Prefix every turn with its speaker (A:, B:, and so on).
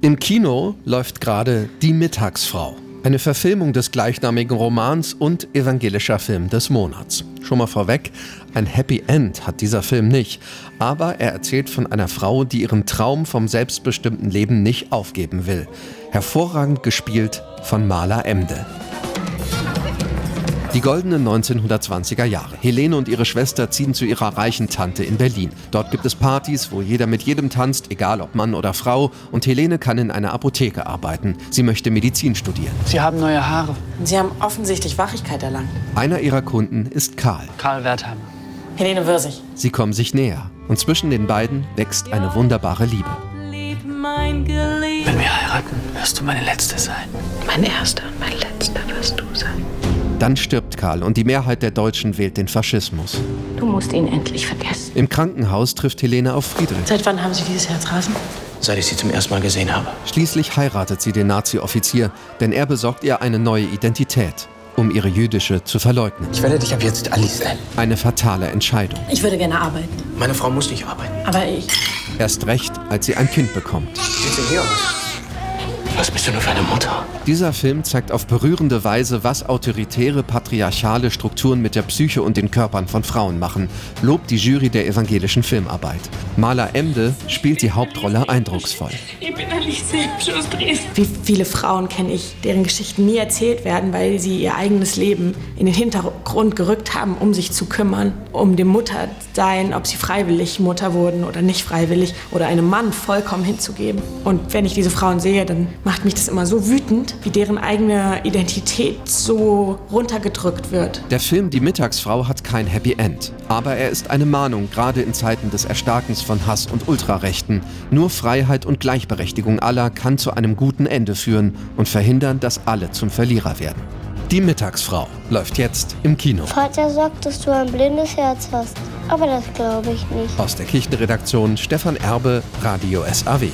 A: Im Kino läuft gerade Die Mittagsfrau. Eine Verfilmung des gleichnamigen Romans und evangelischer Film des Monats. Schon mal vorweg, ein Happy End hat dieser Film nicht, aber er erzählt von einer Frau, die ihren Traum vom selbstbestimmten Leben nicht aufgeben will. Hervorragend gespielt von Marla Emde. Die goldenen 1920er Jahre. Helene und ihre Schwester ziehen zu ihrer reichen Tante in Berlin. Dort gibt es Partys, wo jeder mit jedem tanzt, egal ob Mann oder Frau. Und Helene kann in einer Apotheke arbeiten. Sie möchte Medizin studieren.
B: Sie haben neue Haare.
C: Sie haben offensichtlich Wachigkeit erlangt.
A: Einer ihrer Kunden ist Karl.
B: Karl Wertheimer.
C: Helene Würsig.
A: Sie kommen sich näher. Und zwischen den beiden wächst eine wunderbare Liebe.
B: Wenn wir heiraten, wirst du meine Letzte sein.
D: Mein erster und mein letzter wirst du sein.
A: Dann stirbt Karl und die Mehrheit der Deutschen wählt den Faschismus.
D: Du musst ihn endlich vergessen.
A: Im Krankenhaus trifft Helene auf Friedrich.
C: Seit wann haben Sie dieses Herzrasen?
B: Seit ich sie zum ersten Mal gesehen habe.
A: Schließlich heiratet sie den Nazi-Offizier, denn er besorgt ihr eine neue Identität, um ihre jüdische zu verleugnen.
B: Ich werde dich ab jetzt Alice nennen.
A: Eine fatale Entscheidung.
C: Ich würde gerne arbeiten.
B: Meine Frau muss nicht arbeiten.
C: Aber ich.
A: Erst recht, als sie ein Kind bekommt.
B: Sieht sie hier aus? Was bist du nur für eine Mutter?
A: Dieser Film zeigt auf berührende Weise, was autoritäre patriarchale Strukturen mit der Psyche und den Körpern von Frauen machen, lobt die Jury der evangelischen Filmarbeit. Maler Emde spielt die Hauptrolle eindrucksvoll.
E: Ich bin eigentlich sehr frustriert.
C: Wie viele Frauen kenne ich, deren Geschichten nie erzählt werden, weil sie ihr eigenes Leben in den Hintergrund gerückt haben, um sich zu kümmern, um dem Muttersein, ob sie freiwillig Mutter wurden oder nicht freiwillig, oder einem Mann vollkommen hinzugeben. Und wenn ich diese Frauen sehe, dann macht mich das immer so wütend, wie deren eigene Identität so runtergedrückt wird.
A: Der Film Die Mittagsfrau hat kein Happy End, aber er ist eine Mahnung, gerade in Zeiten des Erstarkens von Hass und Ultrarechten. Nur Freiheit und Gleichberechtigung aller kann zu einem guten Ende führen und verhindern, dass alle zum Verlierer werden. Die Mittagsfrau läuft jetzt im Kino.
F: Vater sagt, dass du ein blindes Herz hast. Aber das glaube ich nicht.
A: Aus der Kirchenredaktion Stefan Erbe, Radio SAW.